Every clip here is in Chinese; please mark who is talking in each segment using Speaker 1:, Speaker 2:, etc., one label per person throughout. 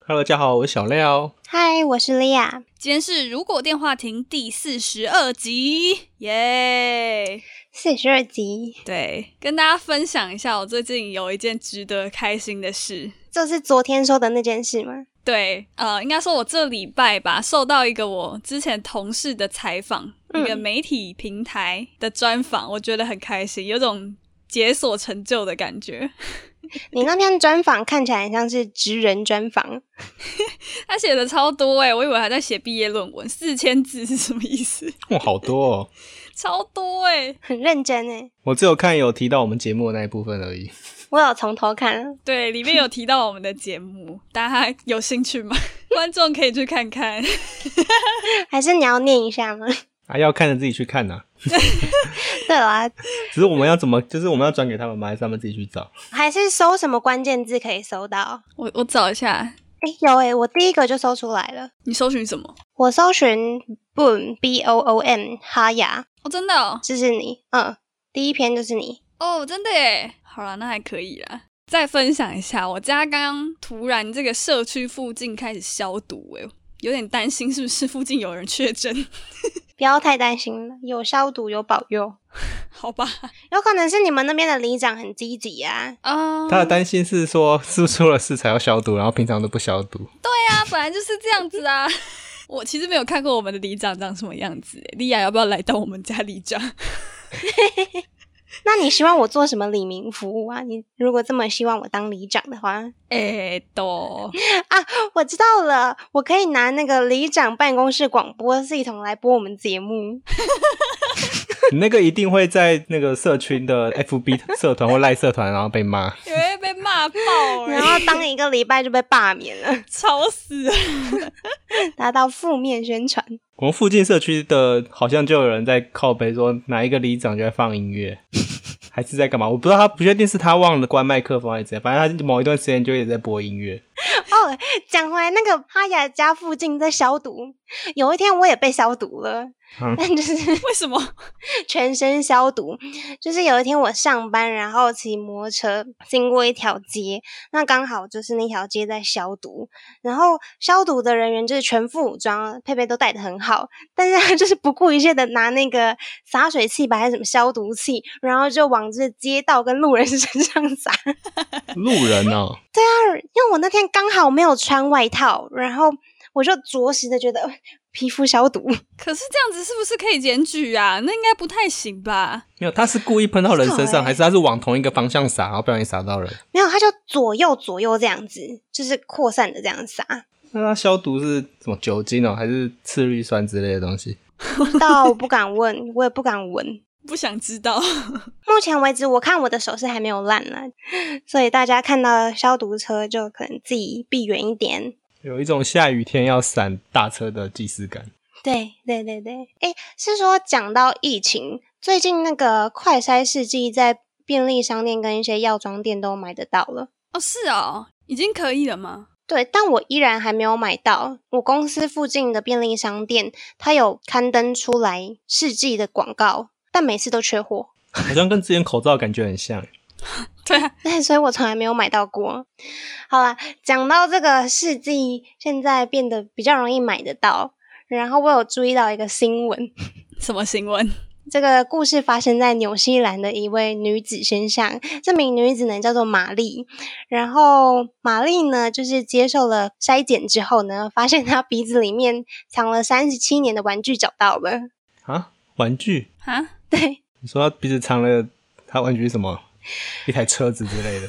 Speaker 1: Hello，大家好，我是小廖。
Speaker 2: 嗨，我是莉亚。
Speaker 3: 今天是《如果电话亭》第四十二集，耶！
Speaker 2: 四十二集，
Speaker 3: 对，跟大家分享一下，我最近有一件值得开心的事。
Speaker 2: 这是昨天说的那件事吗？
Speaker 3: 对，呃，应该说我这礼拜吧，受到一个我之前同事的采访，
Speaker 2: 嗯
Speaker 3: 一个媒体平台的专访，我觉得很开心，有种解锁成就的感觉。
Speaker 2: 你那篇专访看起来很像是职人专访，
Speaker 3: 他写的超多哎、我以为还在写毕业论文，四千字是什么意思？
Speaker 1: 哇，好多哦！
Speaker 3: 超多哎、
Speaker 2: 很认真诶。
Speaker 1: 我只有看有提到我们节目的那一部分而已。
Speaker 2: 我有从头看了，
Speaker 3: 对，里面有提到我们的节目，大家有兴趣吗？ 观众可以去看看。
Speaker 2: 还是你要念一下 吗？
Speaker 1: 啊，要看的自己去看呐、
Speaker 2: 对啊啦，
Speaker 1: 只是我们要怎么，就是我们要转给他们吗？还是他们自己去找？
Speaker 2: 还是搜什么关键字可以搜到？
Speaker 3: 我我找一下，
Speaker 2: 哎、有诶、我第一个就搜出来了。
Speaker 3: 你搜寻什么？
Speaker 2: 我搜寻 boom b o o m 哈雅，
Speaker 3: 哦，真的哦，
Speaker 2: 这是你，嗯，第一篇就是你，
Speaker 3: 哦，真的耶。好了，那还可以啦。再分享一下，我家刚突然这个社区附近开始消毒，哎，有点担心是不是附近有人确诊？
Speaker 2: 不要太担心了，有消毒有保佑，
Speaker 3: 好吧，
Speaker 2: 有可能是你们那边的里长很积极啊，
Speaker 3: 啊、
Speaker 1: 他的担心是说，是不是出了事才要消毒，然后平常都不消毒。
Speaker 3: 啊，本来就是这样子啊。 我其实没有看过我们的里长长什么样子耶，莉亚要不要来当我们家里长？
Speaker 2: 那你希望我做什么里民服务啊？你如果这么希望我当里长的话，
Speaker 3: 哎、都
Speaker 2: 我知道了，我可以拿那个里长办公室广播系统来播我们节 目。
Speaker 1: 你那个一定会在那个社群的 FB 社团或赖社团，然后被骂。
Speaker 3: 有人被骂爆
Speaker 2: 然
Speaker 3: 了，
Speaker 2: 后当一个礼拜就被罢免了，
Speaker 3: 吵死 了。
Speaker 2: 达到负面宣传。
Speaker 1: 我们附近社区的，好像就有人在靠背说哪一个里长就在放音乐，还是在干嘛？我不知道他不确定是他忘了关麦克风还是怎样，反正他某一段时间就一直在播音乐。
Speaker 2: 哦，讲回来，那个哈雅家附近在消毒，有一天我也被消毒了，
Speaker 1: 嗯
Speaker 2: 但就是
Speaker 3: 为什么？
Speaker 2: 全身消毒。就是有一天我上班，然后骑摩托车经过一条街，那刚好就是那条街在消毒，然后消毒的人员就是全副武装，佩佩都戴的很好，但是他就是不顾一切的拿那个洒水器吧还是什么消毒器，然后就往这街道跟路人身上 洒。
Speaker 1: 路人哦，
Speaker 2: 因为我那天刚好没有穿外套，然后我就着实的觉得呃皮肤消毒，
Speaker 3: 可是这样子是不是可以检举啊？那应该不太行吧？
Speaker 1: 没有，他是故意喷到人身
Speaker 2: 不知道欸
Speaker 1: 上，还是他是往同一个方向撒，然后不小心撒到人？
Speaker 2: 没有，它就左右左右这样子，就是扩散的这样撒。
Speaker 1: 那他消毒是什么酒精哦，还是次氯酸之类的东西？
Speaker 2: 不知道我不敢问，我也不敢闻。
Speaker 3: 不想知道。
Speaker 2: 目前为止，我看我的手是还没有烂啦，所以大家看到消毒车就可能自己避远一点。
Speaker 1: 有一种下雨天要闪大车的既视感。
Speaker 2: 对对对对，诶，是说讲到疫情，最近那个快筛试剂在便利商店跟一些药妆店都买得到了。
Speaker 3: 哦，是哦，已经可以了吗？
Speaker 2: 对，但我依然还没有买到。我公司附近的便利商店，它有刊登出来试剂的广告，但每次都缺货，
Speaker 1: 好像跟之前口罩感觉很像。欸
Speaker 3: 对啊，
Speaker 2: 对，所以我从来没有买到过。好啦，讲到这个试剂，现在变得比较容易买得到。然后我有注意到一个新闻，
Speaker 3: 什么新闻？
Speaker 2: 这个故事发生在纽西兰的一位女子身上。这名女子呢叫做玛丽，然后玛丽呢就是接受了筛检之后呢，发现她鼻子里面藏了三十七年的玩具找到了。
Speaker 1: 啊，玩具？
Speaker 3: 啊？
Speaker 2: 对，
Speaker 1: 你说他鼻子藏了他玩具是什么？一台车子之类的。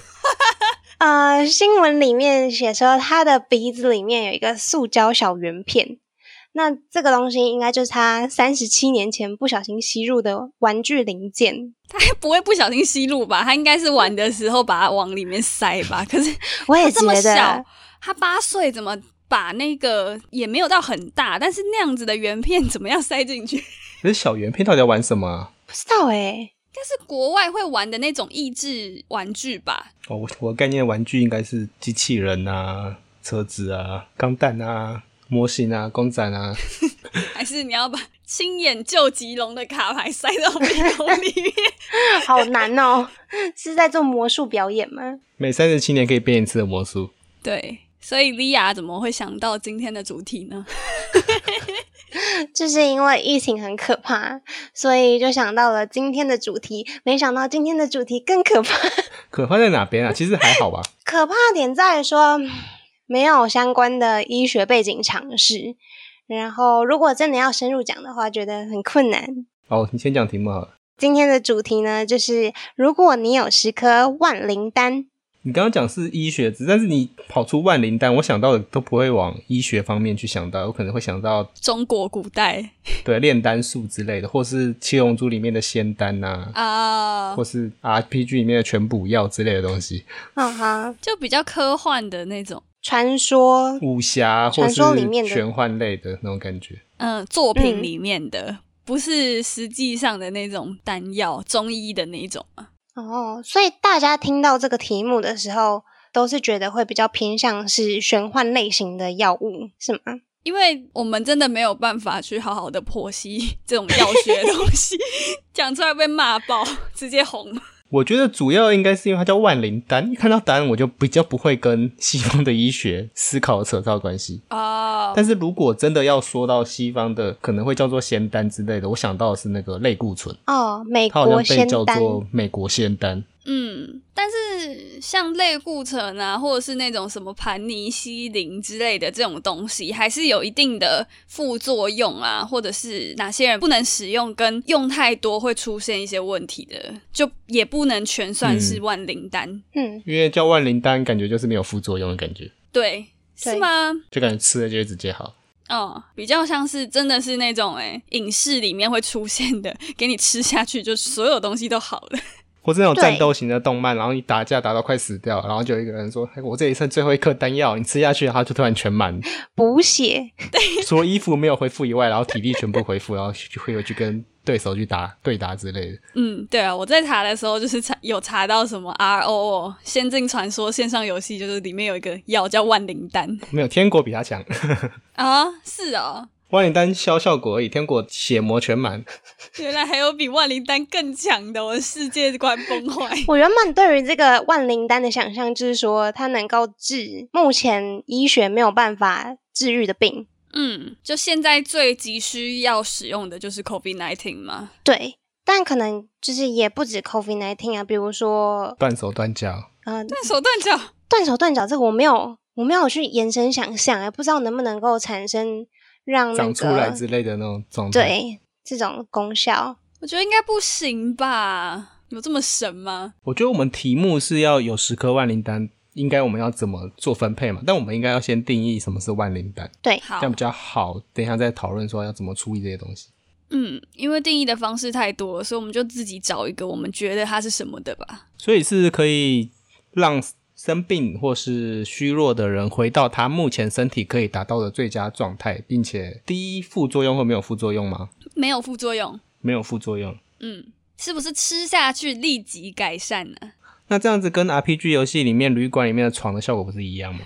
Speaker 2: 呃，新闻里面写说她的鼻子里面有一个塑胶小圆片。那这个东西应该就是她三十七年前不小心吸入的玩具零件，
Speaker 3: 他不会不小心吸入吧？他应该是玩的时候把它往里面塞 吧？可是
Speaker 2: 我也
Speaker 3: 他
Speaker 2: 觉
Speaker 3: 这么
Speaker 2: 得
Speaker 3: 小，，他八岁怎么把那个也没有到很大，但是那样子的圆片怎么样塞进去？
Speaker 1: 可是小圆片到底要玩什么、啊？
Speaker 2: 不知道哎、
Speaker 3: 但是国外会玩的那种益智玩具吧？
Speaker 1: 哦，我我的概念玩具应该是机器人啊、车子啊、钢弹啊、模型啊、公仔啊。
Speaker 3: 还是你要把亲眼救吉隆的卡牌塞到鼻孔里面？
Speaker 2: 好难哦！是在做魔术表演吗？
Speaker 1: 每三十七年可以变一次的魔术，
Speaker 3: 对，所以莉亚怎么会想到今天的主题呢？
Speaker 2: 就是因为疫情很可怕，所以就想到了今天的主题。没想到今天的主题更可怕，
Speaker 1: 可怕在哪边啊？其实还好吧。
Speaker 2: 可怕点在于说嗯没有相关的医学背景常识。然后，如果真的要深入讲的话，觉得很困难。
Speaker 1: 哦，你先讲题目好了。
Speaker 2: 今天的主题呢，就是如果你有十颗万灵丹，
Speaker 1: 你刚刚讲是医学字，但是你跑出万灵丹，我想到的都不会往医学方面去想到，我可能会想到
Speaker 3: 中国古代
Speaker 1: 对炼丹术之类的，或是七龙珠里面的仙丹呐、
Speaker 3: 啊、
Speaker 2: 哦
Speaker 1: 或是 RPG 里面的全补药之类的东西，
Speaker 2: 哈嗯哈，
Speaker 3: 就比较科幻的那种，
Speaker 2: 传说
Speaker 1: 武侠或
Speaker 2: 传
Speaker 1: 是
Speaker 2: 说里面的
Speaker 1: 玄幻类的那种感觉。
Speaker 3: 嗯、作品
Speaker 2: 嗯
Speaker 3: 里面的，不是实际上的那种丹药，中医的那一种嘛。
Speaker 2: 哦，所以大家听到这个题目的时候，都是觉得会比较偏向是玄幻类型的药物，是吗？
Speaker 3: 因为我们真的没有办法去好好的剖析这种药学的东西， 讲出来被骂爆，直接红。
Speaker 1: 我觉得主要应该是因为它叫万灵丹，一看到丹我就比较不会跟西方的医学思考扯到关系。
Speaker 3: 哦，
Speaker 1: 但是如果真的要说到西方的，可能会叫做仙丹之类的，我想到的是那个类固醇，
Speaker 2: 哦，美
Speaker 1: 它好像
Speaker 2: 国
Speaker 1: 被
Speaker 2: 仙
Speaker 1: 叫
Speaker 2: 丹，
Speaker 1: 做美国仙丹。
Speaker 3: 嗯，但是像类固醇啊，或者是那种什么盘尼西林之类的这种东西，还是有一定的副作用啊，或者是哪些人不能使用，跟用太多会出现一些问题的，就也不能全算是
Speaker 1: 嗯
Speaker 3: 万灵丹，
Speaker 2: 嗯，
Speaker 1: 因为叫万灵丹，感觉就是没有副作用的感觉，
Speaker 3: 对，
Speaker 2: 对
Speaker 3: 是吗？
Speaker 1: 就感觉吃了就会直接好。
Speaker 3: 哦，比较像是真的是那种哎、影视里面会出现的，给你吃下去就所有东西都好了。
Speaker 1: 或是那种
Speaker 2: 对
Speaker 1: 战斗型的动漫，然后你打架打到快死掉，然后就有一个人说：“哎我这里剩最后一颗丹药，你吃下去，然后就突然 全满，
Speaker 2: 补血， 。
Speaker 1: 除了衣服没有恢复以外，然后体力全部恢复，然后就会有去跟对手去打对打之类的。
Speaker 3: 嗯，对啊，我在查的时候就是查有查到什么 RO《仙境传说》线上游戏，就是里面有一个药叫万灵丹
Speaker 1: 没有天国比他强，
Speaker 3: 啊，是哦，
Speaker 1: 万灵丹消效果而已，天国血魔全满。
Speaker 3: 原来还有比万灵丹更强的，我的世界观崩坏
Speaker 2: 我原本对于这个万灵丹的想象就是说，它能够治目前医学没有办法治愈的病，
Speaker 3: 嗯，就现在最急需要使用的就是 COVID nineteen 嘛，
Speaker 2: 对。但可能就是也不止 COVID nineteen 啊，比如说，
Speaker 1: 断手断脚，
Speaker 2: 呃，
Speaker 3: 断手断脚。
Speaker 2: 断手断脚这个我没有，我没有去延伸想象，哎，不知道能不能够产生让那
Speaker 1: 长
Speaker 2: 个
Speaker 1: 出来之类的那种状态。，
Speaker 2: 对这种功效。
Speaker 3: 我觉得应该不行吧？有这么神吗？
Speaker 1: 我觉得我们题目是要有十颗万灵丹，应该我们要怎么做分配嘛？但我们应该要先定义什么是万灵丹，
Speaker 2: 对，
Speaker 3: 好
Speaker 1: 这样，比较好。等一下再讨论说要怎么处理这些东西。
Speaker 3: 嗯，因为定义的方式太多了，所以我们就自己找一个我们觉得它是什么的吧。
Speaker 1: 所以是可以让生病或是虚弱的人回到他目前身体可以达到的最佳状态，并且第一副作用会没有副作用吗？
Speaker 3: 没有副作用，
Speaker 1: 没有副作用。
Speaker 3: 嗯，是不是吃下去立即改善呢、
Speaker 1: 那这样子跟 RPG 游戏里面旅馆里面的床的效果不是一样吗？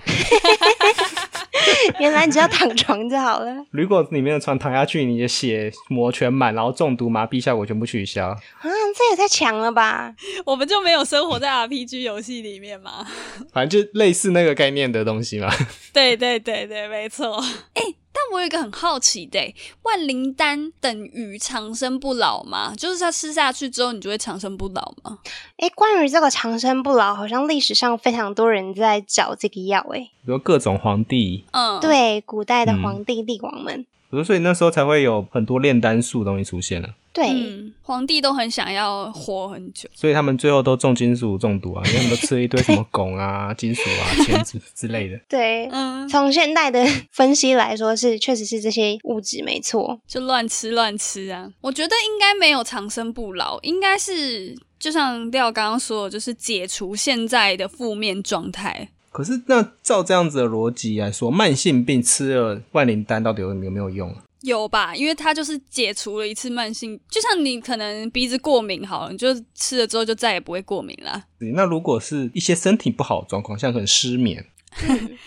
Speaker 2: 原来只要躺床就好了
Speaker 1: 旅馆里面的床躺下去，你的血膜全满，然后中毒麻痹效果全部取消。
Speaker 2: 啊，这也太强了吧！
Speaker 3: 我们就没有生活在 RPG 游戏里面吗？
Speaker 1: 反正就类似那个概念的东西嘛。
Speaker 3: 对对对对，没错。哎、但我有一个很好奇的、欸万灵丹等于长生不老吗？就是它吃下去之后，你就会长生不老吗？
Speaker 2: 哎，关于这个长生不老，好像历史上非常多人在找这个药，哎，
Speaker 1: 比如各种皇帝，
Speaker 3: 嗯，，
Speaker 2: 对，古代的
Speaker 1: 嗯
Speaker 2: 皇帝帝王们，
Speaker 1: 比如所以那时候才会有很多炼丹术的东西出现啊了。
Speaker 2: 对，
Speaker 3: 嗯，皇帝都很想要活很久。
Speaker 1: 所以他们最后都重金属中毒啊，因为他们都吃了一堆什么汞 啊、金属啊、铅子之类的。
Speaker 2: 对。
Speaker 3: 嗯，
Speaker 2: 从现代的 分析来说是，确实是这些物质没错。
Speaker 3: 就乱吃乱吃啊！我觉得应该没有长生不老，应该是就像廖刚刚说的，就是解除现在的负面状态。
Speaker 1: 可是那照这样子的逻辑来说，慢性病吃了万灵丹到底有有没有用啊？
Speaker 3: 有吧？因为它就是解除了一次慢性，就像你可能鼻子过敏好了，你就吃了之后就再也不会过敏啦。
Speaker 1: 那如果是一些身体不好的状况，像可能失眠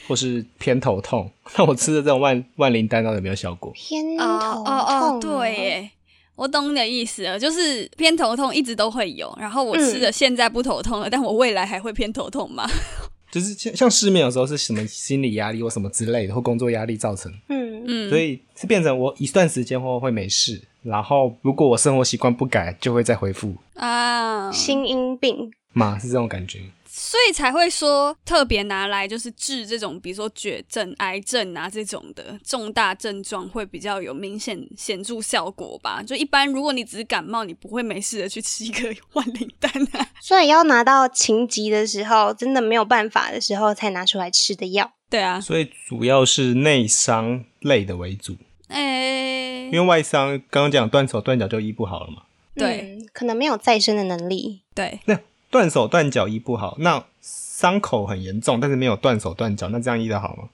Speaker 1: 或是偏头痛，那我吃的这种万万灵丹到底有没有效果？
Speaker 2: 偏嗯头
Speaker 3: 哦
Speaker 2: 痛啊
Speaker 3: 哦哦，对
Speaker 2: 耶，
Speaker 3: 耶，我懂你的意思了，就是偏头痛一直都会有，然后我吃了现在不头痛了，但我未来还会偏头痛吗？
Speaker 1: 就是像像失眠有时候是什么心理压力或什么之类的，或工作压力造成，
Speaker 2: 嗯，
Speaker 3: 嗯，
Speaker 1: 所以是变成我一段时间后会没事，然后如果我生活习惯不改，就会再恢复
Speaker 3: 啊，
Speaker 2: 心因病，
Speaker 1: 嘛，是这种感觉。
Speaker 3: 所以才会说特别拿来就是治这种，比如说绝症、癌症啊这种的重大症状，会比较有明显显著效果吧。就一般如果你只是感冒，你不会没事的去吃一个 万灵丹啊。
Speaker 2: 所以要拿到情急的时候，真的没有办法的时候才拿出来吃的药。
Speaker 3: 对啊，
Speaker 1: 所以主要是内伤类的为主，
Speaker 3: 哎、
Speaker 1: 因为外伤刚刚讲断手断脚就医不好了嘛。
Speaker 3: 对
Speaker 2: 嗯可能没有再生的能力。
Speaker 3: 对，
Speaker 1: 那断手断脚医不好，那伤口很严重，但是没有断手断脚，那这样医得好吗？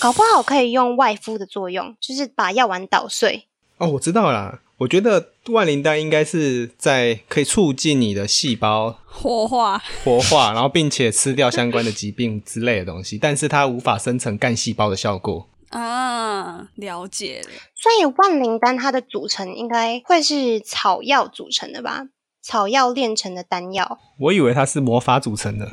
Speaker 2: 搞不好可以用外敷的作用，就是把药丸捣碎。
Speaker 1: 哦，我知道啦。我觉得万灵丹应该是在可以促进你的细胞
Speaker 3: 活化
Speaker 1: 活化，然后并且吃掉相关的疾病之类的东西，但是它无法生成干细胞的效果。
Speaker 3: 啊，了解了。
Speaker 2: 所以万灵丹它的组成应该会是草药组成的吧？草药炼成的丹药，
Speaker 1: 我以为它是魔法组成的，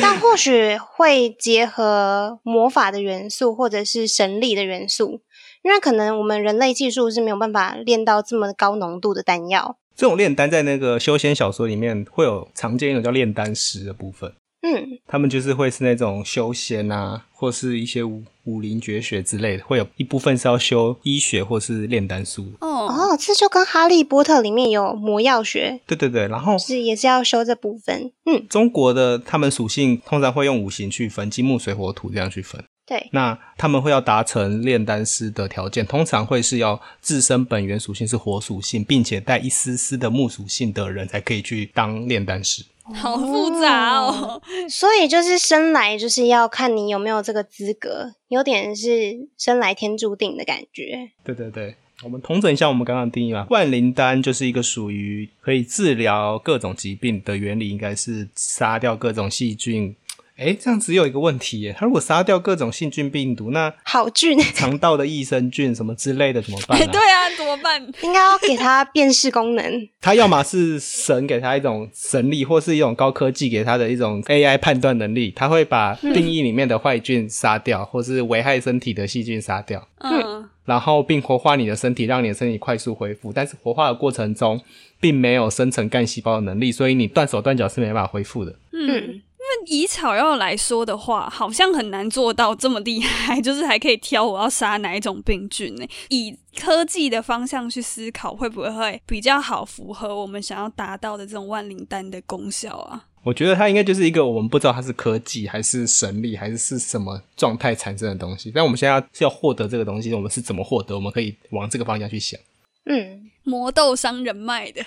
Speaker 2: 但或许会结合魔法的元素或者是神力的元素，因为可能我们人类技术是没有办法炼到这么高浓度的丹药。
Speaker 1: 这种炼丹在那个修仙小说里面会有常见一种叫炼丹师的部分，
Speaker 2: 嗯，
Speaker 1: 他们就是会是那种修仙啊，或是一些武武林绝学之类的，会有一部分是要修医学或是炼丹术。
Speaker 3: 哦，
Speaker 2: 哦，这就跟《哈利波特》里面有魔药学，
Speaker 1: 对对对，然后
Speaker 2: 是也是要修这部分。嗯，
Speaker 1: 中国的他们属性通常会用五行去分，金木水火土这样去分。
Speaker 2: 对，
Speaker 1: 那他们会要达成炼丹师的条件，通常会是要自身本源属性是火属性，并且带一丝丝的木属性的人才可以去当炼丹师。
Speaker 3: 好复杂哦。
Speaker 2: 所以就是生来就是要看你有没有这个资格，有点是生来天注定的感觉。
Speaker 1: 对对对，我们统整一下我们刚刚的定义吧。万灵丹就是一个属于可以治疗各种疾病的原理，应该是杀掉各种细菌。诶，这样只有一个问题耶，它如果杀掉各种细菌病毒，那
Speaker 2: 好菌
Speaker 1: 肠道的益生菌什么之类的怎么办、
Speaker 3: 哎，
Speaker 1: 啊？
Speaker 3: 对啊，怎么办？
Speaker 2: 应该要给它辨识功能，
Speaker 1: 它要么是神给它一种神力，或是一种高科技给它的一种 AI 判断能力，它会把定义里面的坏菌杀掉，或是危害身体的细菌杀掉。
Speaker 3: 嗯，
Speaker 1: 然后并活化你的身体，让你的身体快速恢复。但是活化的过程中，并没有生成干细胞的能力，所以你断手断脚是没办法恢复的。
Speaker 3: 嗯，那以草药来说的话，好像很难做到这么厉害， 就是还可以挑我要杀哪一种病菌呢？以科技的方向去思考，会不会比较好符合我们想要达到的这种万灵丹的功效啊？
Speaker 1: 我觉得它应该就是一个我们不知道它是科技还是神力还是是什么状态产生的东西。但我们现在要是要获得这个东西，我们是怎么获得？我们可以往这个方向去想。
Speaker 2: 嗯，
Speaker 3: 魔豆商人脉的，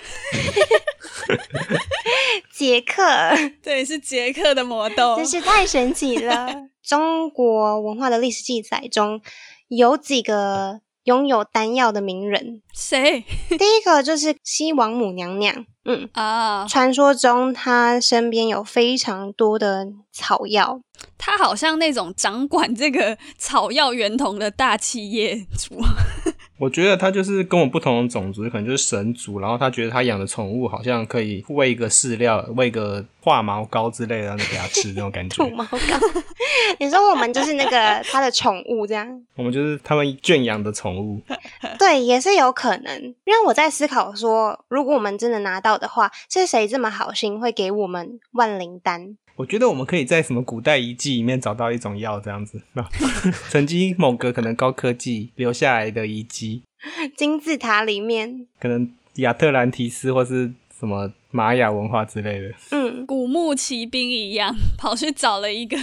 Speaker 2: 解渴，
Speaker 3: 对，是捷克的魔豆
Speaker 2: 真。是太神奇了。中国文化的历史记载中有几个拥有丹药的名人，
Speaker 3: 谁
Speaker 2: 第一个就是西王母娘娘，嗯。
Speaker 3: 啊？
Speaker 2: 传说中，她身边有非常多的草药，
Speaker 3: 他好像那种掌管这个草药源头的大企业主。
Speaker 1: 我觉得他就是跟我不同的种族，可能就是神族，然后他觉得他养的宠物好像可以喂个饲料、喂个化毛膏之类的，让你给它吃那种 感觉
Speaker 2: 土。猫膏。你说我们就是那个他的宠物这样？
Speaker 1: 我们就是他们圈养的宠物。
Speaker 2: 对，也是有可能。因为我在思考说，如果我们真的拿到的话，是谁这么好心会给我们万灵丹？
Speaker 1: 我觉得我们可以在什么古代遗迹里面找到一种药，这样子， 曾经某个可能高科技留下来的遗迹，
Speaker 2: 金字塔里面，
Speaker 1: 可能亚特兰提斯或是什么玛雅文化之类的。
Speaker 2: 嗯，
Speaker 3: 古墓奇兵一样， 跑去找了一个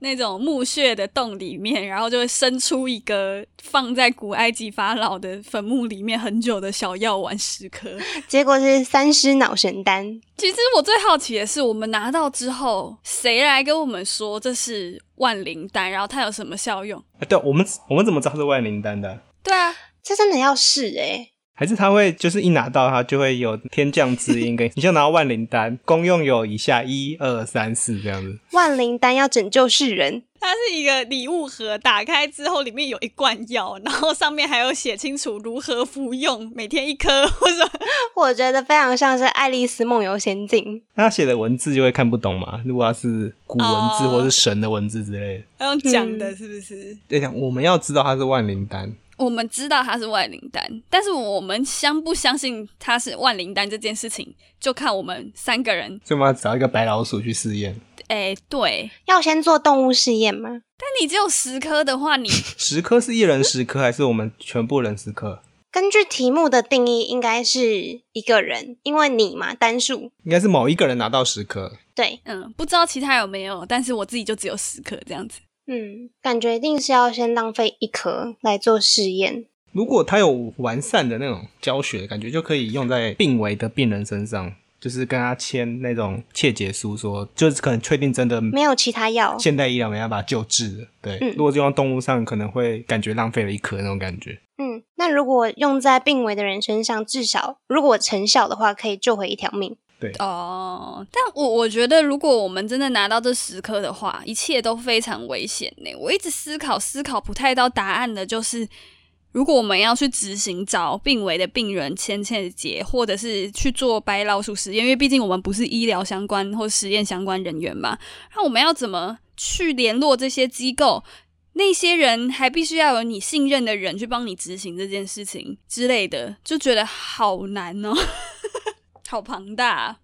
Speaker 3: 那种墓穴的洞里面，然后就会伸出一个放在古埃及法老的坟墓里面很久的小药丸十颗。
Speaker 2: 结果是三尸脑神丹。
Speaker 3: 其实我最好奇的是，我们拿到之后，谁来跟我们说这是万灵丹，然后它有什么效用？
Speaker 1: 哎啊、对，我们我们怎么知道是万灵丹的？
Speaker 3: 对啊，
Speaker 2: 这真的要试欸诶、
Speaker 1: 还是他会就是一拿到它就会有天降之音跟你就拿到万灵丹，功用有以下一二三四这样子。
Speaker 2: 万灵丹要拯救世人，
Speaker 3: 它是一个礼物盒，打开之后里面有一罐药，然后上面还有写清楚如何服用，每天一颗或者
Speaker 2: 我觉得非常像是《爱丽丝梦游仙境》。
Speaker 1: 那他写的文字就会看不懂嘛？如果他是古文字
Speaker 3: 哦
Speaker 1: 或是神的文字之类的，
Speaker 3: 要用讲的，是不是？
Speaker 1: 对讲我们要知道它是万灵丹，
Speaker 3: 我们知道它是万灵丹，但是我们相不相信它是万灵丹这件事情，就看我们三个人。
Speaker 1: 所以我们要找一个白老鼠去试验。
Speaker 3: 哎，对，
Speaker 2: 要先做动物试验吗？
Speaker 3: 但你只有十颗的话，你
Speaker 1: 十颗是一人十颗，还是我们全部人十颗？
Speaker 2: 根据题目的定义，应该是一个人，因为你嘛，单数。
Speaker 1: 应该是某一个人拿到十颗。
Speaker 2: 对，
Speaker 3: 嗯，不知道其他有没有，但是我自己就只有十颗这样子。
Speaker 2: 嗯，感觉一定是要先浪费一颗来做试验。
Speaker 1: 如果他有完善的那种教学的感觉，就可以用在病危的病人身上，就是跟他签那种切结书说就是可能确定真的
Speaker 2: 没有其他药，
Speaker 1: 现代医疗没办法救治了。对，
Speaker 2: 嗯
Speaker 1: 如果就用动物上，可能会感觉浪费了一颗那种感觉。
Speaker 2: 嗯，那如果用在病危的人身上，至少如果成效的话，可以救回一条命。
Speaker 3: 哦，但我我觉得，如果我们真的拿到这十颗的话，一切都非常危险呢。我一直思考思考不太到答案的，就是如果我们要去执行找病危的病人签切结，或者是去做白老鼠实验，因为毕竟我们不是医疗相关或实验相关人员嘛，那我们要怎么去联络这些机构？那些人还必须要有你信任的人去帮你执行这件事情之类的，就觉得好难哦， 好庞大啊、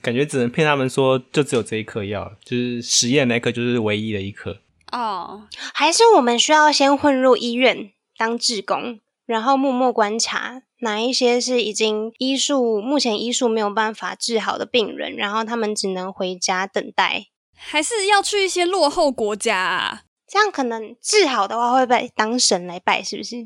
Speaker 1: 感觉只能骗他们说，就只有这一颗药了，就是实验那一颗就是唯一的一颗。
Speaker 3: 哦，
Speaker 2: 还是我们需要先混入医院当志工，然后默默观察哪一些是已经医术目前医术没有办法治好的病人，然后他们只能回家等待。
Speaker 3: 还是要去一些落后国家啊？
Speaker 2: 这样可能治好的话会被当神来拜，是不是？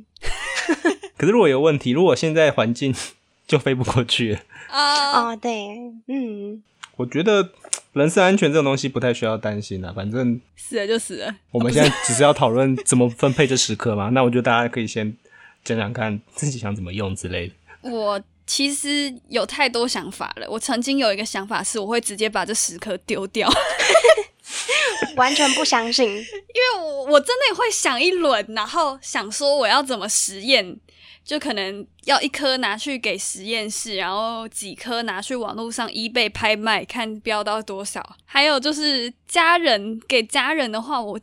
Speaker 1: 可是如果有问题，如果现在环境 就飞不过去了，
Speaker 3: 啊、
Speaker 2: 哦，对，嗯，
Speaker 1: 我觉得人身安全这种东西不太需要担心啦、啊反正
Speaker 3: 死了就死了。
Speaker 1: 我们现在只是要讨论怎么分配这十颗嘛。那 我觉得大家可以先讲讲看自己想怎么用之类的。
Speaker 3: 我其实有太多想法了。我曾经有一个想法是，我会直接把这十颗丢掉，
Speaker 2: 完全不相信。
Speaker 3: 因为我我真的会想一轮，然后想说我要怎么实验。就可能要一颗拿去给实验室，然后几颗拿去网络上 eBay 拍卖，看标到多少。还有就是家人给家人的话，我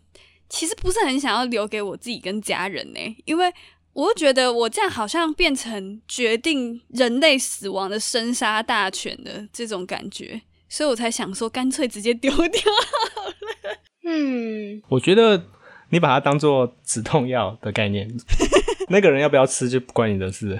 Speaker 3: 其实不是很想要留给我自己跟家人呢、因为我会觉得我这样好像变成决定人类死亡的生杀大权的这种感觉，所以我才想说干脆直接丢掉。
Speaker 2: 嗯，
Speaker 1: 我觉得你把它当做止痛药的概念，那个人要不要吃就不关你的事，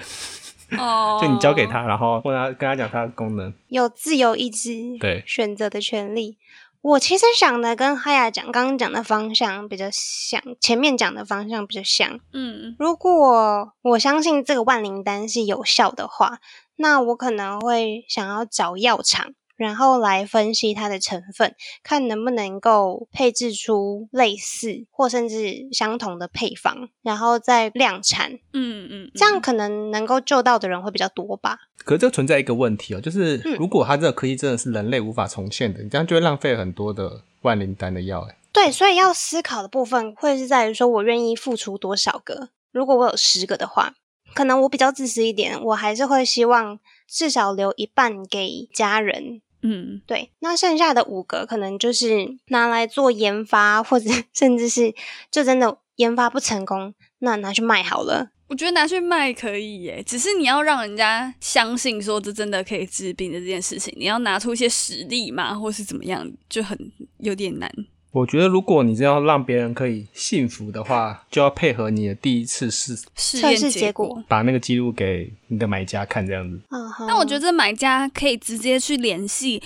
Speaker 3: 哦，
Speaker 1: 就你交给。他，然后问他跟他讲它的功能。
Speaker 2: 有自由意志，
Speaker 1: 对
Speaker 2: 选择的权利。我其实想的跟哈雅讲刚刚讲的方向比较像，前面讲的方向比较像。
Speaker 3: 嗯，
Speaker 2: 如果我相信这个万灵丹是有效的话，那我可能会想要找药厂，然后来分析它的成分，看能不能够配置出类似或甚至相同的配方，然后再量产。
Speaker 3: 嗯嗯，
Speaker 2: 这样
Speaker 3: 嗯
Speaker 2: 可能能够救到的人会比较多吧。
Speaker 1: 可是这存在一个问题哦，就是
Speaker 2: 嗯
Speaker 1: 如果它这个科技真的是人类无法重现的，你这样就会浪费很多的万灵丹的药。哎，
Speaker 2: 对，所以要思考的部分会是在于说我愿意付出多少个。如果我有十个的话，可能我比较自私一点，我还是会希望至少留一半给家人。
Speaker 3: 嗯，
Speaker 2: 对，那剩下的五个可能就是拿来做研发，或者 甚至是就真的研发不成功，那拿去卖好了。
Speaker 3: 我觉得拿去卖可以耶，只是你要让人家相信说这真的可以治病的这件事情，你要拿出一些实力嘛，或是怎么样，就很有点难。
Speaker 1: 我觉得如果你真要让别人可以信服的话，就要配合你的第一次试，
Speaker 3: 试
Speaker 2: 测
Speaker 3: 验
Speaker 2: 试
Speaker 3: 结
Speaker 2: 结果
Speaker 3: 果
Speaker 1: 把那个记录给你的买家看，这样子。
Speaker 2: 嗯哼，
Speaker 3: 但我觉得买家可以直接去联系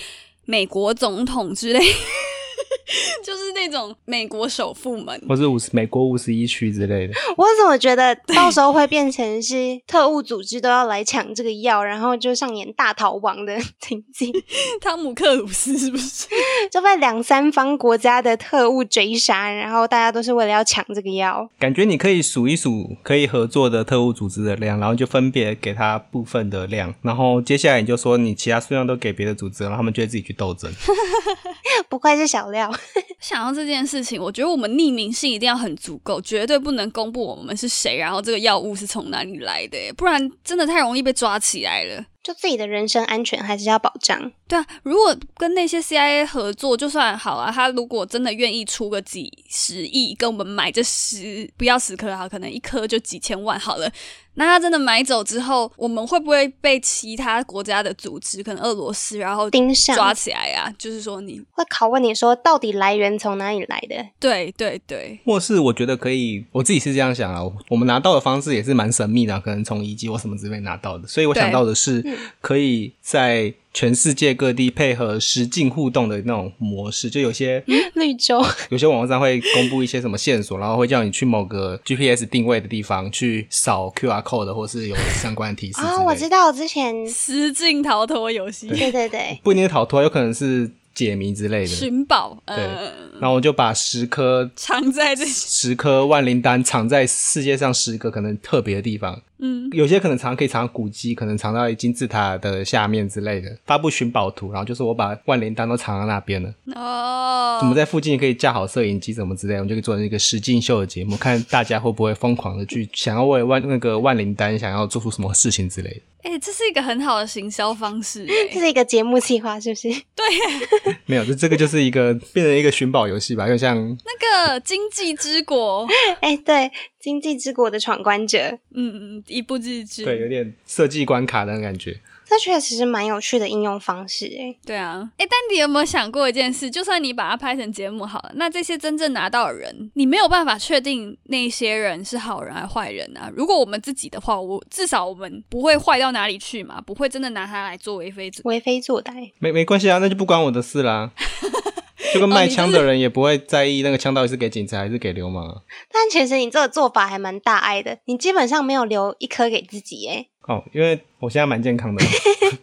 Speaker 3: 美国总统之类， 就是那种美国首富们，
Speaker 1: 或是五十美国五十一区之类的。
Speaker 2: 我怎么觉得到时候会变成是特务组织都要来抢这个药，然后就上演大逃亡的 情景，
Speaker 3: 汤姆克鲁斯是不是？
Speaker 2: 就被两三方国家的特务追杀，然后大家都是为了要抢这个药。
Speaker 1: 感觉你可以数一数可以合作的特务组织的量，然后就分别给他部分的量，然后接下来你就说你其他数量都给别的组织，然后他们就会自己去斗争。
Speaker 2: 不愧是小廖，
Speaker 3: 想到这件事情，我觉得我们匿名性一定要很足够，绝对不能公布我们是谁，然后这个药物是从哪里来的耶，不然真的太容易被抓起来了。
Speaker 2: 就自己的人身安全还是要保障。
Speaker 3: 对啊，如果跟那些 CIA 合作，就算好啊，他如果真的愿意出个几十亿跟我们买这十，不要十颗好，可能一颗就几千万好了。那他真的买走之后，我们会不会被其他国家的组织，可能俄罗斯，然后
Speaker 2: 盯上
Speaker 3: 抓起来呀、就是说你
Speaker 2: 会拷问你说到底来源从哪里来的？
Speaker 3: 对对对，
Speaker 1: 或是我觉得可以，我自己是这样想啊，我们拿到的方式也是蛮神秘的啊，可能从遗迹或什么之类拿到的，所以我想
Speaker 3: 对
Speaker 1: 到的是
Speaker 2: 嗯
Speaker 1: 可以在全世界各地配合实境互动的那种模式，就有些
Speaker 2: 绿洲，
Speaker 1: 有些网站会公布一些什么线索，然后会叫你去某个 GPS 定位的地方去扫 QR code，或是有相关的提示之类的
Speaker 2: 哦，我知道，我之前
Speaker 3: 实境逃脱游戏
Speaker 2: 对对对，
Speaker 1: 不一定是逃脱，有可能是解谜之类的。
Speaker 3: 寻宝，
Speaker 2: 嗯
Speaker 1: 对
Speaker 3: 呃，
Speaker 1: 然后我就把十颗
Speaker 3: 藏在这，
Speaker 1: 十颗万灵丹藏在世界上十个可能特别的地方，
Speaker 3: 嗯，
Speaker 1: 有些可能藏可以藏到古迹，可能藏到金字塔的下面之类的，发布寻宝图，然后就是我把万灵丹都藏到那边了，
Speaker 3: 哦，
Speaker 1: 我们在附近可以架好摄影机什么之类的，我们就可以做成一个实境秀的节目，看大家会不会疯狂的去想要为了万那个万灵丹想要做出什么事情之类的。
Speaker 3: 哎、这是一个很好的行销方 式、
Speaker 2: 这
Speaker 3: 欸。
Speaker 2: 是一个节目计划，是不是？
Speaker 1: 没有，这这个就是一个变成一个寻宝游戏吧，就像
Speaker 3: 那个《经济之国》，
Speaker 2: 哎，对，经济之国的闯关者，
Speaker 3: 嗯，嗯，一步之之，
Speaker 1: 对有点设计关卡的那种感觉。
Speaker 2: 这确实是蛮有趣的应用方式哎。
Speaker 3: 对啊。哎、但你有没有想过一件事？就算你把它拍成节目好了，那这些真正拿到的人，你没有办法确定那些人是好人还是坏人啊。如果我们自己的话，我至少我们不会坏到哪里去嘛，不会真的拿它来作为非子。
Speaker 2: 为非作歹，
Speaker 1: 没没关系啊，那就不关我的事啦。就跟卖枪的人也不会在意那个枪到底是给警察还是给流氓啊、
Speaker 2: 但其实你这个做法还蛮大爱的，你基本上没有留一颗给自己哎，
Speaker 1: 哦，因为我现在蛮健康的，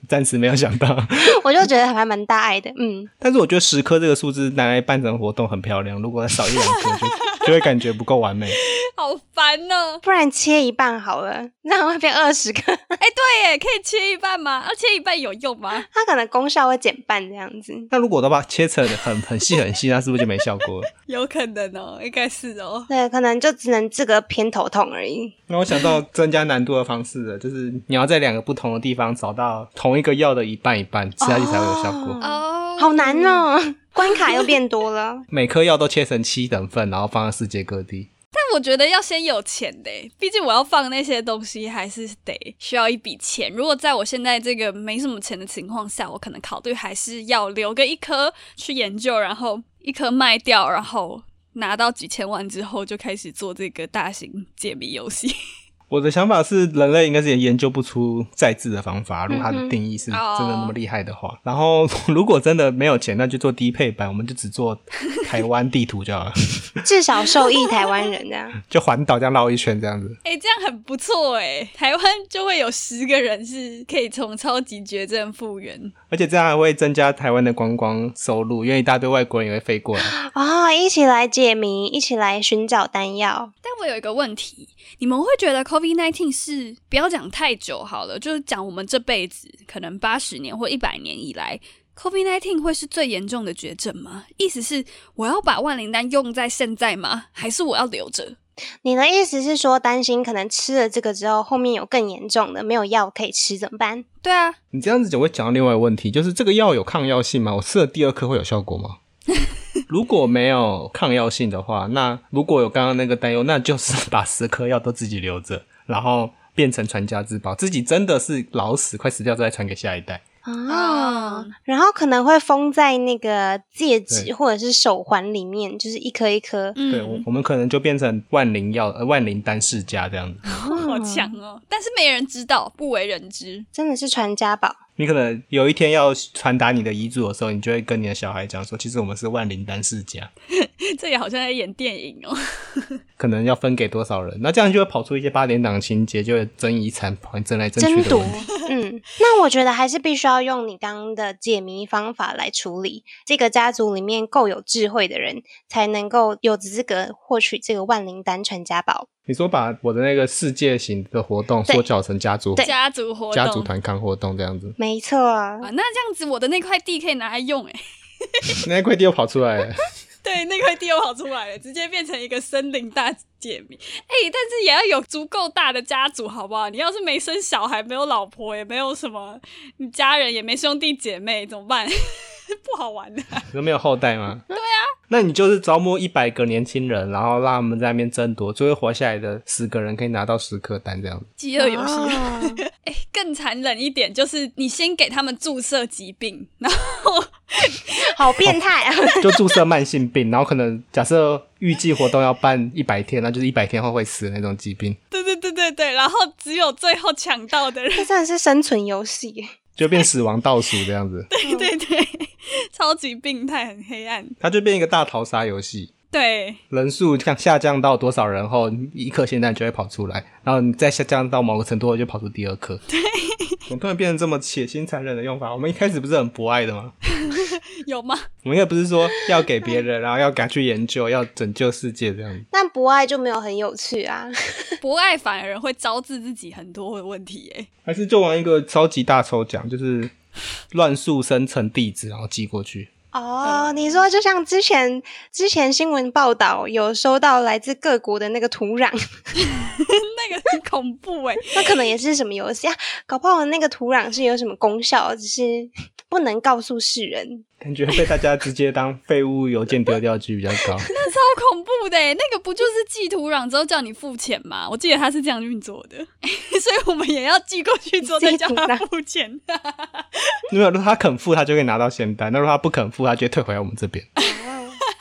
Speaker 1: 暂时没有想到。
Speaker 2: 我就觉得还蛮大爱的，嗯，
Speaker 1: 但是我觉得十颗这个数字拿来办成活动很漂亮，如果少一两颗就就会感觉不够完美。
Speaker 3: 好烦哦、
Speaker 2: 不然切一半好了， 那样会变二十颗，
Speaker 3: 哎、对耶，可以切一半吗？啊，切一半有用吗？
Speaker 2: 它可能功效会减半这样子。
Speaker 1: 那如果我都把它切成很很细很细，那是不是就没效果了？
Speaker 3: 有可能哦、应该是哦、
Speaker 2: 对，可能就只能治个偏头痛而已。
Speaker 1: 那我想到增加难度的方式了，就是你要在两个不同的地方找到同一个药的一半一半，吃下去才会有效果。。
Speaker 2: 哦
Speaker 3: 哦，
Speaker 2: 好难哦， 关卡又变多了
Speaker 1: 每颗药都切成七等份，然后放在世界各地。
Speaker 3: 但我觉得要先有钱的欸，毕竟我要放那些东西，还是得需要一笔钱。如果在我现在这个没什么钱的情况下，我可能考虑还是要留个一颗去研究，然后一颗卖掉，然后拿到几千万之后就开始做这个大型解谜 游戏。
Speaker 1: 我的想法是，人类应该是也研究不出再制的方法，如果它
Speaker 2: 嗯哼
Speaker 1: 的定义是真
Speaker 3: 哦
Speaker 1: 的那么厉害的话。然后，如果真的没有钱，那就做低配版，我们就只做台湾地图就好了，
Speaker 2: 至少受益台湾人这样。
Speaker 1: 就环岛这样绕一圈这样子。
Speaker 3: 哎、这样很不错哎，台湾就会有十个人是可以从超级绝症复原。
Speaker 1: 而且这样还会增加台湾的观光收入，因为一大堆外国人也会飞过来。
Speaker 2: 哦，一起来解谜，一起来寻找丹药。
Speaker 3: 但我有一个问题，你们会觉得 COVID nineteen 是不要讲太久好了，就是讲我们这辈子可能八十年或一百年以来，COVID nineteen 会是最严重的绝症吗？意思是我要把万灵丹用在现在吗？还是我要留着？
Speaker 2: 你的意思是说，担心可能吃了这个之后，后面有更严重的，没有药可以吃怎么办？
Speaker 3: 对啊，
Speaker 1: 你这样子就会讲到另外一个问题，就是这个药有抗药性吗？我吃了第二颗会有效果吗？如果没有抗药性的话，那如果有刚刚那个担忧，那就是把十颗药都自己留着，然后变成传家之宝，自己真的是老死快死掉再传给下一代。
Speaker 2: 哦，
Speaker 3: 嗯
Speaker 2: 然后可能会封在那个戒指
Speaker 1: 对
Speaker 2: 或者是手环里面，就是一颗一颗。
Speaker 3: 嗯，
Speaker 1: 对我，我们可能就变成万灵药、呃、万灵丹世家这样子。
Speaker 3: 好强哦，但是没人知道，不为人知。
Speaker 2: 真的是传家宝。
Speaker 1: 你可能有一天要传达你的遗嘱的时候，你就会跟你的小孩讲说，其实我们是万灵丹世家，
Speaker 3: 这也好像在演电影哦。
Speaker 1: 可能要分给多少人，那这样就会跑出一些八点档情节，就会争遗产、争来争去的
Speaker 2: 夺
Speaker 1: 问题。，
Speaker 2: 嗯，那我觉得还是必须要用你刚刚的解谜方法来处理。这个家族里面够有智慧的人，才能够有资格获取这个万灵丹传家宝。
Speaker 1: 你说把我的那个世界型的活动
Speaker 2: 对
Speaker 1: 缩小成家族
Speaker 3: 家族活动，
Speaker 1: 家族团康活动这样子，
Speaker 2: 没错，
Speaker 3: 啊，那这样子我的那块地可以拿来用哎、
Speaker 1: 那块地又跑出来了。
Speaker 3: 对，那块地又跑出来了，直接变成一个森林大解谜。哎、但是也要有足够大的家族，好不好？你要是没生小孩，没有老婆，也没有什么，你家人也没兄弟姐妹，怎么办？不好玩的、
Speaker 1: 都没有后代吗？对啊，那你就是招募一百个年轻人，然后让他们在那边争夺，最后活下来的十个人可以拿到十颗蛋这样子。
Speaker 3: 饥饿游戏。
Speaker 2: 啊
Speaker 3: 更残忍一点，就是你先给他们注射疾病，然后
Speaker 2: 好变态啊！
Speaker 1: 就注射慢性病，然后可能假设预计活动要办一百天，那就是一百天后会死的那种疾病，
Speaker 3: 对对对对对，然后只有最后抢到的人，
Speaker 2: 这 真的是生存游戏耶。
Speaker 1: 就变死亡倒数这样子，
Speaker 3: 对对对，超级病态，很黑暗。
Speaker 1: 它就变一个大逃杀游戏。
Speaker 3: 对，
Speaker 1: 人数降下降到多少人后，一颗仙蛋就会跑出来，然后你再下降到某个程度，就跑出第二颗。对，怎么突然变成这么血腥残忍的用法？我们一开始不是很博爱的吗？
Speaker 3: 有吗？
Speaker 1: 我们也不是说要给别人，然后要赶去研究，要拯救世界这样。
Speaker 2: 但不爱就没有很有趣啊。
Speaker 3: 不爱反而会招致自己很多的问题耶。
Speaker 1: 还是就玩一个超级大抽奖，就是乱数生成地址，然后寄过去。
Speaker 2: 哦，
Speaker 3: 嗯
Speaker 2: 你说就像之前之前新闻报道有收到来自各国的那个土壤，
Speaker 3: 那个很恐怖哎，
Speaker 2: 那可能也是什么游戏啊？搞不好那个土壤是有什么功效，只是不能告诉世人。
Speaker 1: 感觉被大家直接当废物邮件丢掉几率比较高。
Speaker 3: 那超恐怖的耶，欸那个不就是寄土壤之后叫你付钱吗？我记得他是这样运作的， 所以我们也要寄过去之后再叫他付钱。
Speaker 1: 没有，如果他肯付，他就可以拿到仙丹；那如果他不肯付，他就会退回来我们这边。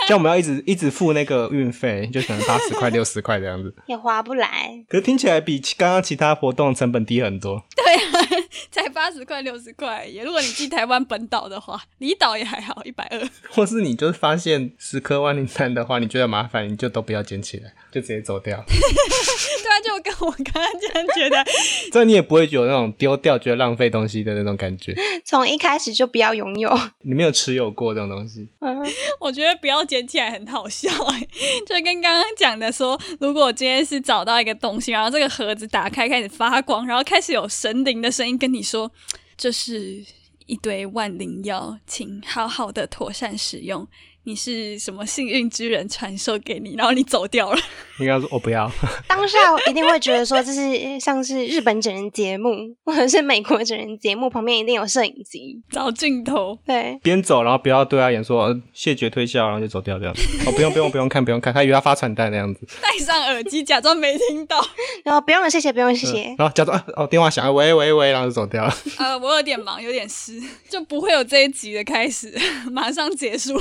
Speaker 1: 这样我们要一直一直付那个运费，就可能八十块、六十块这样子。
Speaker 2: 也划不来。
Speaker 1: 可是听起来比其刚刚其他活动成本低很多。
Speaker 3: 才八十块六十块耶，如果你寄台湾本岛的话，离岛也还好，一百二。
Speaker 1: 或是你就是发现十颗万灵丹的话，你觉得麻烦，你就都不要捡起来，就直接走掉。
Speaker 3: 对啊，就跟我刚刚这样觉得，
Speaker 1: 这你也不会有那种丢掉觉得浪费东西的那种感觉。
Speaker 2: 从一开始就不要拥有。
Speaker 1: 你没有持有过这种东西，
Speaker 2: 嗯
Speaker 3: 我觉得不要捡起来很好笑哎、 就跟刚刚讲的说，如果我今天是找到一个东西，然后这个盒子打开开始发光，然后开始有神灵的声音跟你说，这是一堆万灵药，请好好的妥善使用。你是什么幸运之人传授给你，然后你走掉了，
Speaker 1: 应该说哦我不要，
Speaker 2: 当下我一定会觉得说这是像是日本整人节目或者是美国整人节目，旁边一定有摄影机。
Speaker 3: 找镜头。
Speaker 2: 对，
Speaker 1: 边走然后不要对他演说、呃谢绝推销，然后就走掉这样子。哦，不用不用不用看不用看，他以为他发传单那样子，
Speaker 3: 戴上耳机，假装没听到。
Speaker 2: 然后不用了，谢谢，不用谢谢。
Speaker 1: 然后假装啊哦电话响了，喂喂喂，然后就走掉了。
Speaker 3: 呃，我有点忙，有点湿，就不会有这一集的开始， 马上结束。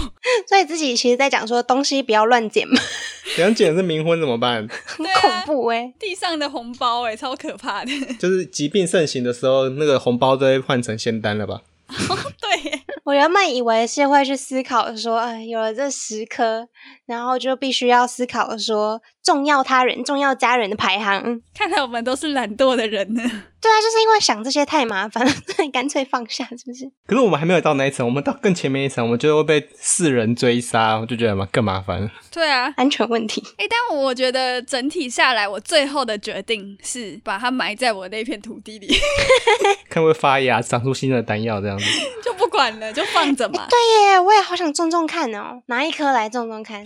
Speaker 2: 所以自己其实在讲说东西不要乱捡嘛，
Speaker 1: 杨姐是冥婚怎么办？
Speaker 2: 很
Speaker 3: 对
Speaker 2: 恐
Speaker 3: 啊
Speaker 2: 怖哎、
Speaker 3: 地上的红包、哎，超可怕的。
Speaker 1: 就是疾病盛行的时候，那个红包都会换成仙丹了吧？
Speaker 3: 对耶，
Speaker 2: 我原本以为是会去思考说，哎，有了这十颗，然后就必须要思考说重要他人、重要家人的排行。
Speaker 3: 看来我们都是懒惰的人呢。
Speaker 2: 对啊，就是因为想这些太麻烦了， 所以干脆放下，是不是？
Speaker 1: 可是我们还没有到那一层，我们到更前面一层，我们就会被世人追杀，我就觉得嘛更麻烦了。
Speaker 3: 对啊，
Speaker 2: 安全问题。
Speaker 3: 哎、但我觉得整体下来，我最后的决定是把它埋在我那片土地里，
Speaker 1: 看会不会发芽，长出新的丹药这样子。
Speaker 3: 就不管了，就放着嘛。
Speaker 2: 对耶，我也好想种种看哦，拿一颗来种种看。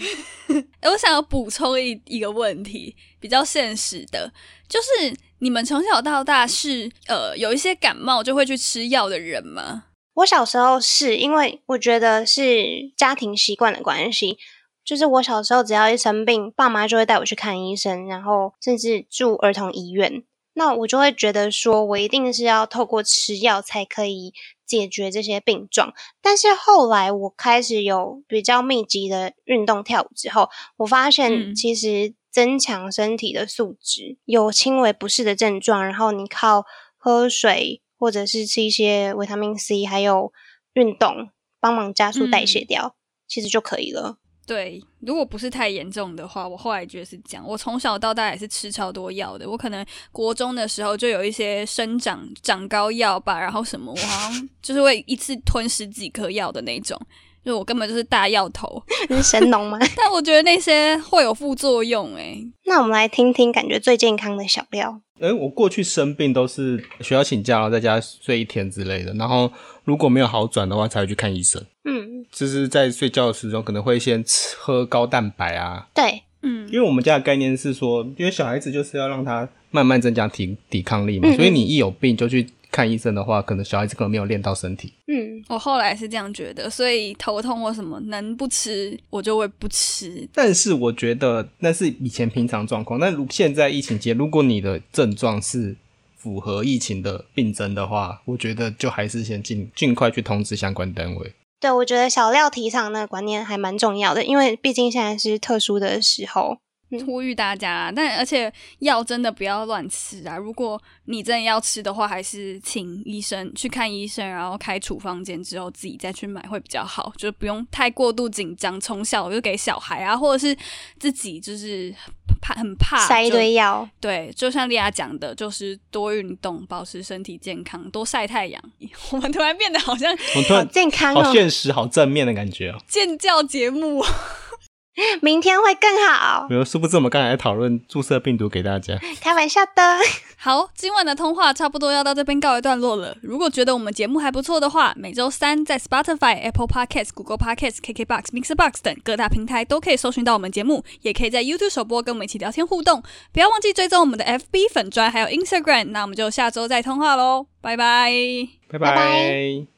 Speaker 3: 诶我想要补充一一个问题，比较现实的，就是你们从小到大是呃有一些感冒就会去吃药的人吗？
Speaker 2: 我小时候是因为我觉得是家庭习惯的关系，就是我小时候只要一生病，爸妈就会带我去看医生，然后甚至住儿童医院。那我就会觉得说，我一定是要透过吃药才可以解决这些病状。但是后来我开始有比较密集的运动跳舞之后，我发现
Speaker 3: 嗯
Speaker 2: 其实增强身体的素质，有轻微不适的症状，然后你靠喝水或者是吃一些维他命 C，还有运动，帮忙加速代谢掉，其实就可以了。
Speaker 3: 对，如果不是太严重的话，我后来觉得是这样。我从小到大也是吃超多药的，我可能国中的时候就有一些生长长高药吧，然后什么，我好像 就是会一次吞十几颗药的那种，就我根本就是大药头。
Speaker 2: 你是神农吗？
Speaker 3: 但我觉得那些会有副作用、欸，
Speaker 2: 那我们来听听，感觉最健康的小料。
Speaker 1: 哎，我过去生病都是学校请假，然后在家睡一天之类的，然后如果没有好转的话，才会去看医生。
Speaker 2: 嗯，
Speaker 1: 就是在睡觉的时钟可能会先吃喝高蛋白啊，
Speaker 2: 对，
Speaker 3: 嗯
Speaker 1: 因为我们家的概念是说，因为小孩子就是要让他慢慢增强抵抵抗力嘛，所以你一有病就去看医生的话，可能小孩子可能没有练到身体。
Speaker 2: 嗯，
Speaker 3: 我后来是这样觉得，所以头痛或什么能不吃我就会不吃。
Speaker 1: 但是我觉得那是以前平常状况，但如现在疫情期间，如果你的症状是符合疫情的病症的话，我觉得就还是先尽尽快去通知相关单位。
Speaker 2: 对，我觉得小料提倡那个观念还蛮重要的，因为毕竟现在是特殊的时候。
Speaker 3: 呼吁大家啦，但而且药真的不要乱吃啊！如果你真的要吃的话，还是请医生去看医生，然后开处方笺之后自己再去买会比较好，就不用太过度紧张。从小就给小孩啊，或者是自己就是怕很怕
Speaker 2: 塞一
Speaker 3: 就
Speaker 2: 堆药，
Speaker 3: 对，就像莉亚讲的，就是多运动，保持身体健康，多晒太阳。 我们突然变得好像
Speaker 1: 我突
Speaker 2: 好
Speaker 1: 然
Speaker 2: 健康
Speaker 1: 好
Speaker 2: 哦！
Speaker 1: 现实、好正面的感觉哦。
Speaker 3: 健教节目，啊
Speaker 2: 明天会更好，
Speaker 1: 比如，殊不知我们刚才在讨论注射病毒给大家。
Speaker 2: 开玩笑的。
Speaker 3: 好，今晚的通话差不多要到这边告一段落了。如果觉得我们节目还不错的话，每周三在 Spotify、Apple Podcasts、Google Podcasts、KKBox、Mixbox 等各大平台都可以搜寻到我们节目，也可以在 YouTube 首播跟我们一起聊天互动。不要忘记追踪我们的 FB 粉砖还有 Instagram。那我们就下周再通话喽，拜拜。
Speaker 1: 拜
Speaker 2: 拜
Speaker 1: 拜。
Speaker 2: 拜